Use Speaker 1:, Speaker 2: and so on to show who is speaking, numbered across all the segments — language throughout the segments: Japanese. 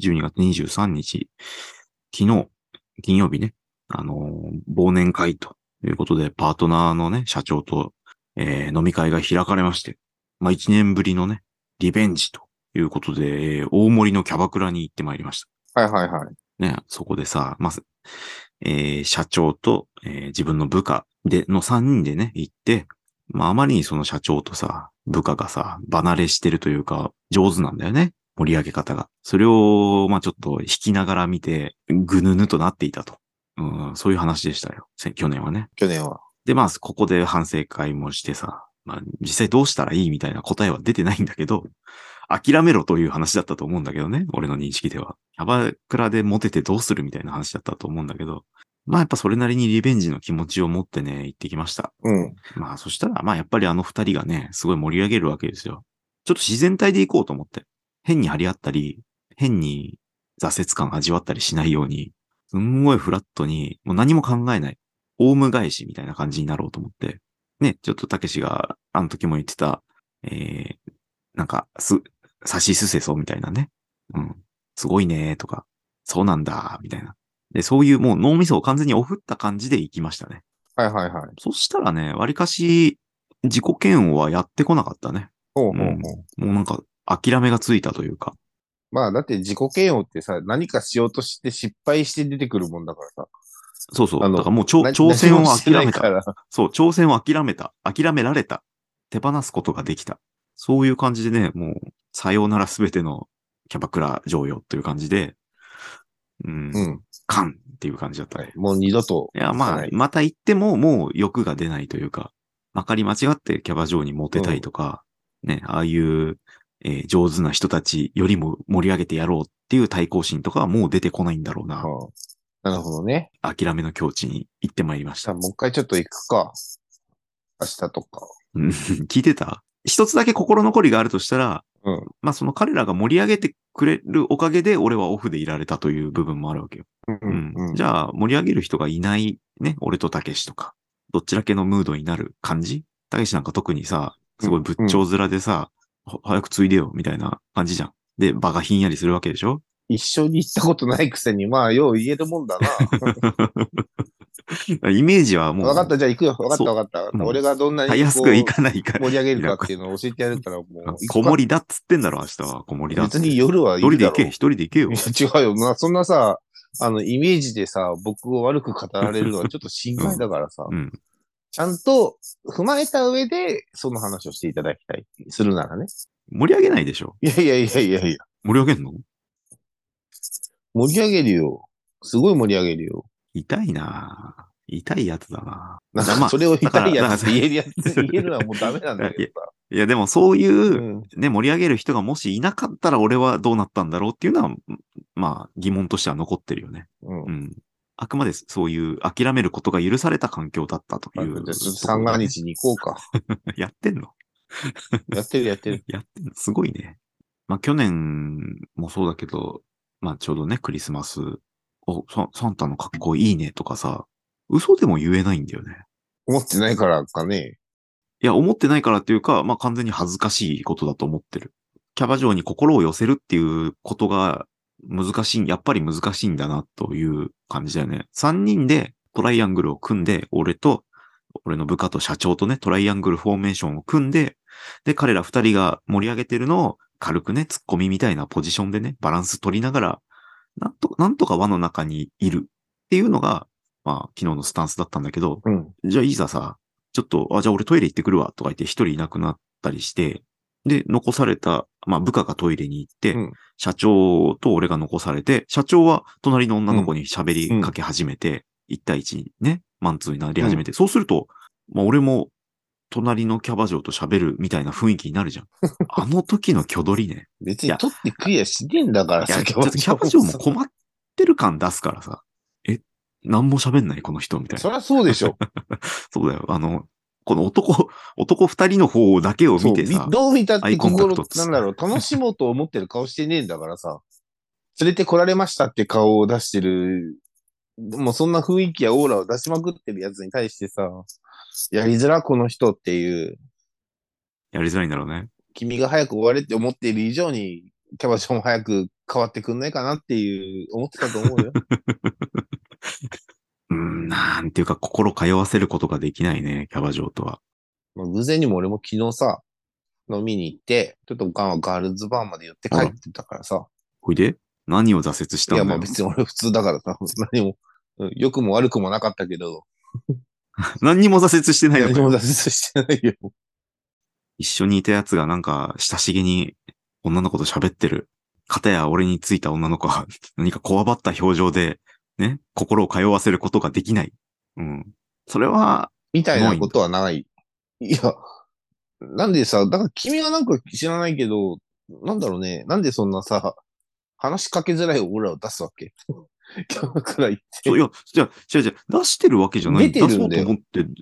Speaker 1: 12月23日、昨日、金曜日ね、あのー忘年会ということで、パートナーのね、社長と、えー飲み会が開かれまして、まあ、1年ぶりのね、リベンジということで、えー大森のキャバクラに行ってまいりました。
Speaker 2: はいはいはい。
Speaker 1: ね、そこでさ、まず、えー社長と、えー自分の部下で、の3人でね、行って、まあ、あまりにその社長とさ、部下がさ、離れしてるというか、上手なんだよね。盛り上げ方が。それを、まあ、ちょっと弾きながら見て、ぐぬぬとなっていたと。うん、そういう話でしたよ。せ去年はね。
Speaker 2: 去年は。
Speaker 1: で、まあ、ここで反省会もしてさ、まあ、実際どうしたらいいみたいな答えは出てないんだけど、諦めろという話だったと思うんだけどね、俺の認識では。キャバクラでモテてどうするみたいな話だったと思うんだけど、まあやっぱそれなりにリベンジの気持ちを持ってね、行ってきました。
Speaker 2: うん。
Speaker 1: まあそしたら、まあやっぱりあの二人がね、すごい盛り上げるわけですよ。ちょっと自然体で行こうと思って。変に張り合ったり、変に挫折感味わったりしないように、すんごいフラットに、もう何も考えない。オウム返しみたいな感じになろうと思って。ね、ちょっとたけしが、あの時も言ってた、えー、なんか、す、差しすせそうみたいなね。うん。すごいねーとか、そうなんだーみたいな。で、そういうもう脳みそを完全におふった感じで行きましたね。
Speaker 2: はいはいはい。
Speaker 1: そしたらね、わりかし自己嫌悪はやってこなかったね。
Speaker 2: ほうほうほう。
Speaker 1: うんもうなんか諦めがついたというか。
Speaker 2: まあ、だって自己嫌悪ってさ、何かしようとして失敗して出てくるもんだからさ。
Speaker 1: そうそう。
Speaker 2: あの
Speaker 1: だからもうちょ
Speaker 2: な
Speaker 1: 挑戦を諦め
Speaker 2: 何もしてな
Speaker 1: た。
Speaker 2: いから
Speaker 1: そう、挑戦を諦めた。諦められた。手放すことができた。そういう感じでね、もう、さようならすべてのキャバクラ常用という感じで、うん、
Speaker 2: うん。
Speaker 1: カンっていう感じだった
Speaker 2: は
Speaker 1: ね。
Speaker 2: い。もう二度と。
Speaker 1: いや、ま
Speaker 2: は
Speaker 1: あ
Speaker 2: い、
Speaker 1: また行っても、もう欲が出ないというか、まかり間違ってキャバ嬢にモテたいとか、ね、ああいう、えー上手な人たちよりも盛り上げてやろうっていう対抗心とかはもう出てこないんだろうな。
Speaker 2: うんなるほどね。
Speaker 1: 諦めの境地に行ってまいりまし
Speaker 2: じゃ
Speaker 1: た
Speaker 2: あ。もう一回ちょっと行くか。明日とか。
Speaker 1: うん聞いてた一つだけ心残りがあるとしたら、
Speaker 2: うん
Speaker 1: まあその彼らが盛り上げてくれるおかげで俺はオフでいられたという部分もあるわけよ。
Speaker 2: うん
Speaker 1: うんじゃあ、盛り上げる人がいない、ね、俺とたけしとか、どっちだけのムードになる感じたけしなんか特にさ、すごい仏頂面でさ、ほ早く継いでよ、みたいな感じじゃん。で、場がひんやりするわけでしょ
Speaker 2: 一緒に行ったことないくせに、まあ、よう言えるもんだな。
Speaker 1: イメージ はもう、
Speaker 2: わかった、じゃあ行くよ。わかった
Speaker 1: そう
Speaker 2: わかっ
Speaker 1: う
Speaker 2: た。
Speaker 1: ん
Speaker 2: 俺がどんなに
Speaker 1: たやす
Speaker 2: こ
Speaker 1: くいうかないから
Speaker 2: 盛。り上げるかっていうのを教えてやるから、もう。
Speaker 1: こも
Speaker 2: り
Speaker 1: りだっつってんだろ、明日は。こもりだっつ
Speaker 2: 別
Speaker 1: って。
Speaker 2: に夜は
Speaker 1: 一人
Speaker 2: いる
Speaker 1: で
Speaker 2: だ
Speaker 1: 行
Speaker 2: ろ
Speaker 1: け、一人で行けよ。
Speaker 2: い や違うよ。まあ、そんなさ、あの、イメージでさ、僕を悪く語られるのはちょっと心外だからさ、
Speaker 1: うん。
Speaker 2: ちゃんと踏まえた上で、その話をしていただきたい。するならね。
Speaker 1: 盛り上げないでしょ。
Speaker 2: いやいやいやいやいや。
Speaker 1: 盛り上げんの
Speaker 2: 盛り上げるよ。すごい盛り上げるよ。
Speaker 1: 痛いなぁ痛いやつだなぁ
Speaker 2: なん
Speaker 1: だま
Speaker 2: か、
Speaker 1: あ
Speaker 2: それを痛いや
Speaker 1: だ
Speaker 2: つ
Speaker 1: か
Speaker 2: っ
Speaker 1: ら
Speaker 2: て言えるやつ、言えるのはもうダメなんだけどさ。
Speaker 1: いや、でもそういう、
Speaker 2: うん。
Speaker 1: ね、盛り上げる人がもしいなかったら俺はどうなったんだろうっていうのは、んまあ疑問としては残ってるよね。
Speaker 2: うん
Speaker 1: う。ん。あくまでそういう諦めることが許された環境だったとい
Speaker 2: あ
Speaker 1: う。
Speaker 2: じゃあちょっと三が日に行こうか。
Speaker 1: やってんの
Speaker 2: やってるやってる。
Speaker 1: やってんのすごいね。まあ去年もそうだけど、まあちょうどね、クリスマス、お、ササンタの格好いいねとかさ、嘘でも言えないんだよね。
Speaker 2: 思ってないからかね。
Speaker 1: いや、思ってないからっていうか、まあ完全に恥ずかしいことだと思ってる。キャバ嬢に心を寄せるっていうことが難しい、やっぱり難しいんだなという感じだよね。3人でトライアングルを組んで、俺と、俺の部下と社長とね、トライアングルフォーメーションを組んで、で、彼ら2人が盛り上げてるのを軽くね、突っ込みみたいなポジションでね、バランス取りながら、なんと、なんとか輪の中にいるっていうのが、まあ昨日のスタンスだったんだけど、
Speaker 2: うん。
Speaker 1: じゃあいざさ、ちょっと、あ、じゃあ俺トイレ行ってくるわとか言って一人いなくなったりして、で、残された、まあ部下がトイレに行って、
Speaker 2: うん
Speaker 1: 社長と俺が残されて、社長は隣の女の子に喋りかけ始めて、1対1にね、マンツーになり始めて、そうすると、まあ俺も隣のキャバ嬢と喋るみたいな雰囲気になるじ ゃん。あの時の挙取りね。
Speaker 2: 別
Speaker 1: い
Speaker 2: に
Speaker 1: や
Speaker 2: 取ってクリアしてんだから
Speaker 1: いや
Speaker 2: さ、
Speaker 1: ちょっとキャバ嬢も困ってる感出すからさ、え、何も喋んないこの人みたいな
Speaker 2: そ。りゃそうでしょ。
Speaker 1: そうだよ。あの、この男、 男二人の方だけを
Speaker 2: そう
Speaker 1: 見てさ
Speaker 2: み、どう見たっ
Speaker 1: ア
Speaker 2: て
Speaker 1: イコンタク
Speaker 2: 心
Speaker 1: トっ、つ
Speaker 2: なんだろう、楽しもうと思ってる顔してねえんだからさ、連れて来られましたって顔を出してる、もうそんな雰囲気やオーラを出しまくってるやつに対してさ、やりづらこの人っていう、
Speaker 1: やりづらいんだろうね。
Speaker 2: 君が早く終われって思っている以上に、キャバ嬢も早く変わってくんないかなっていう、思ってたと思う よ。
Speaker 1: うーん、なんていうか心通わせることができないね、キャバ嬢とは。
Speaker 2: まあ偶然にも俺も昨日さ、飲みに行って、ちょっとガンはガールズバーまで寄って帰ってたからさ。
Speaker 1: ほいで何を挫折した
Speaker 2: い
Speaker 1: んだ
Speaker 2: や、
Speaker 1: よ
Speaker 2: まあ別に俺普通だからさ、 何も、うん良くも悪くもなかったけど、
Speaker 1: 何にも挫折してない
Speaker 2: 何
Speaker 1: よ。
Speaker 2: も挫折してないよ。
Speaker 1: 一緒にいたやつがなんか親しげに女の子と喋ってる。片や俺についた女の子は 何かこわばった表情で、ね、心を通わせることができない。うん。それは、
Speaker 2: みたいなことはない。いや、なんでさ、だから君はなんか知らないけど、なんだろうね、なんでそんなさ、話しかけづらいオーラを出すわけ 今日から言って
Speaker 1: そういや、じゃあ、じゃあ、じゃあ出してるわけじゃない。
Speaker 2: 出てるんだ
Speaker 1: 出そ
Speaker 2: よ
Speaker 1: うと思って、だか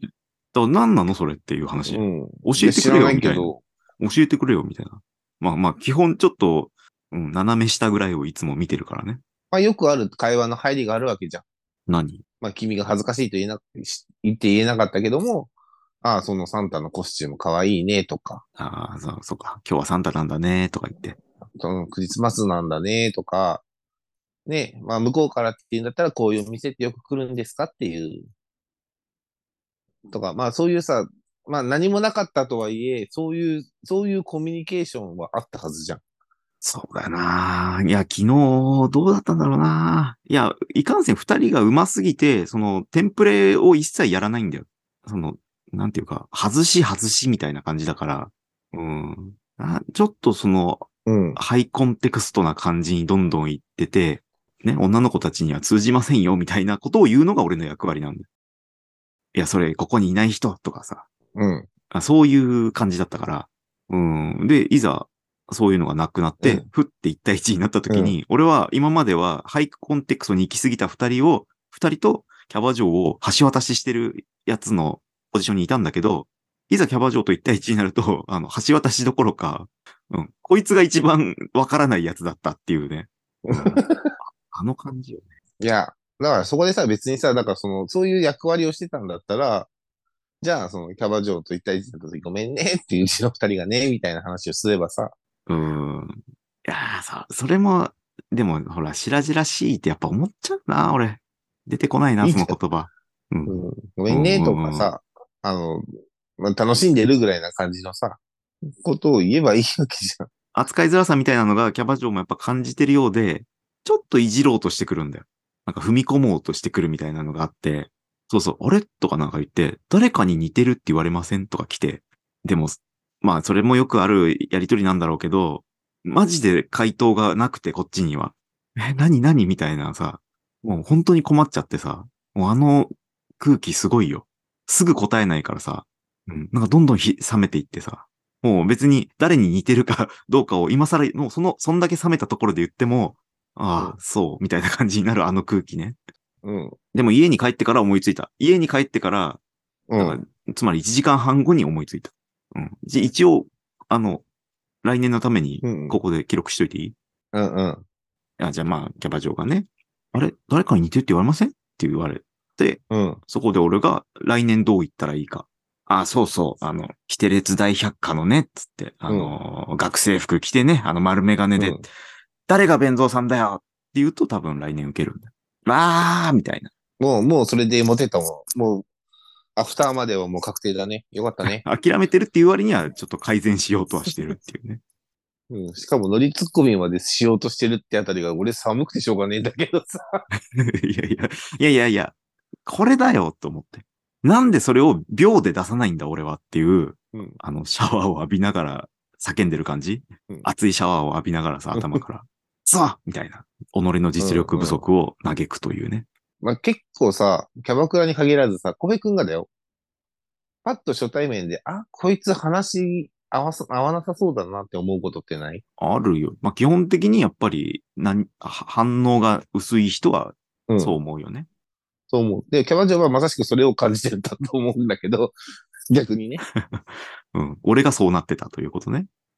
Speaker 1: ら何なのそれっていう話。教
Speaker 2: うん。
Speaker 1: えてくれ
Speaker 2: いや知ら
Speaker 1: よ、
Speaker 2: ない
Speaker 1: みた
Speaker 2: け
Speaker 1: いな。
Speaker 2: ど、
Speaker 1: 教えてくれよ、みたいな。まあまあ、基本ちょっと、うん、斜め下ぐらいをいつも見てるからね。
Speaker 2: まあよくある会話の入りがあるわけじゃん。
Speaker 1: 何
Speaker 2: まあ君が恥ずかしいと言えな、し言って言えなかったけども、ああ、そのサンタのコスチュームかわいいね、とか、
Speaker 1: ああ、そうそうか。今日はサンタなんだね、とか言って。
Speaker 2: そのクリスマスなんだね、とか、ね、まあ向こうからって言うんだったらこういうお店ってよく来るんですかっていう。とか、まあそういうさ、まあ何もなかったとはいえ、そういう、そういうコミュニケーションはあったはずじゃん。
Speaker 1: そうだよないや、昨日、どうだったんだろうないや、いかんせん二人が上手すぎて、その、テンプレを一切やらないんだよ。その、なんていうか、外し外しみたいな感じだから、うん。あちょっとその、
Speaker 2: うん。
Speaker 1: ハイコンテクストな感じにどんどん行ってて、ね、女の子たちには通じませんよ、みたいなことを言うのが俺の役割なんだよ。いや、それ、ここにいない人とかさ、
Speaker 2: うん。
Speaker 1: あそういう感じだったから。うん。で、いざ、そういうのがなくなって、
Speaker 2: うん
Speaker 1: ふって一対一になった時に、俺は今まではハイコンテクストに行き過ぎた二人を、二人とキャバ嬢を橋渡ししてるやつのポジションにいたんだけど、いざキャバ嬢と一対一になると、 あの、橋渡しどころか、うん、こいつが一番わからないやつだったっていうね。 うんあの感じよね。
Speaker 2: いや、だからそこでさ、別にさ、だからその、そういう役割をしてたんだったら、じゃあ、その、キャバ嬢と一対一だった時ごめんねっていううちの二人がね、みたいな話をすればさ、
Speaker 1: うん。いやーさ、それも、でも、ほら、白々しいってやっぱ思っちゃうな、俺。出てこないな、
Speaker 2: いい
Speaker 1: そ
Speaker 2: じゃ
Speaker 1: の
Speaker 2: ん
Speaker 1: 言葉。うん。
Speaker 2: うんごめんねとかさ、あの、まあ、楽しんでるぐらいな感じのさ、ことを言えばいいわけじゃん。
Speaker 1: 扱いづらさみたいなのが、キャバ嬢もやっぱ感じてるようで、ちょっといじろうとしてくるんだよ。なんか踏み込もうとしてくるみたいなのがあって、そうそう、あれとかなんか言って、誰かに似てるって言われませんとか来て、でも、まあ、それもよくあるやりとりなんだろうけど、マジで回答がなくて、こっちには。え、何何みたいなさ、もう本当に困っちゃってさ、もうあの空気すごいよ。すぐ答えないからさ、うん、なんかどんどんひ冷めていってさ、もう別に誰に似てる かどうかを今更、もうその、そんだけ冷めたところで言っても、ああ、そう、みたいな感じになるあの空気ね。
Speaker 2: うん。
Speaker 1: でも家に帰ってから思いついた。家に帰ってから、
Speaker 2: う
Speaker 1: だ
Speaker 2: ん。
Speaker 1: からつまり1時間半後に思いついた。うん。じ一応、あの、来年のために
Speaker 2: う、ん。
Speaker 1: ここで記録しといていい、
Speaker 2: うんうん。
Speaker 1: あじゃあまあ、キャバ嬢がね、あれ誰かに似てるって言われませんって言われて、
Speaker 2: うん。
Speaker 1: そこで俺が来年どう行ったらいいか。あ、そうそう、あの、キテレツ大百科のね、つって、あの、学生服着てね、あの丸メガネで、
Speaker 2: うん
Speaker 1: 誰が弁蔵さんだよって言うと多分来年受けるんだよ。わーみたいな。
Speaker 2: もう、もうそれでモテたもん。もう、アフターまではもう確定だね。よかった ね。
Speaker 1: 諦めてるっていう割にはちょっと改善しようとはしてるっていうね。
Speaker 2: うん。しかも乗りツッコミまでしようとしてるってあたりが、俺寒くてしょうがねえんだけどさ。
Speaker 1: いやいや、いやいやいや、これだよと思って。なんでそれを秒で出さないんだ俺はっていう、
Speaker 2: うん。
Speaker 1: あの、シャワーを浴びながら叫んでる感じ、
Speaker 2: うん
Speaker 1: 熱いシャワーを浴びながらさ、頭 から。さあみたいな。己の実力不足を嘆くというね。
Speaker 2: まあ、結構さ、キャバクラに限らずさ、小平くんがだよ。パッと初対面で、あ、こいつ話合わさ合わなさそうだなって思うことってない
Speaker 1: あるよ。まあ、基本的にやっぱり何、は反応が薄い人は
Speaker 2: うん
Speaker 1: そう思うよね。
Speaker 2: そう思う。で、キャバ嬢はまさしくそれを感じてたと思うんだけど、逆にね。
Speaker 1: うん。俺がそうなってたということね。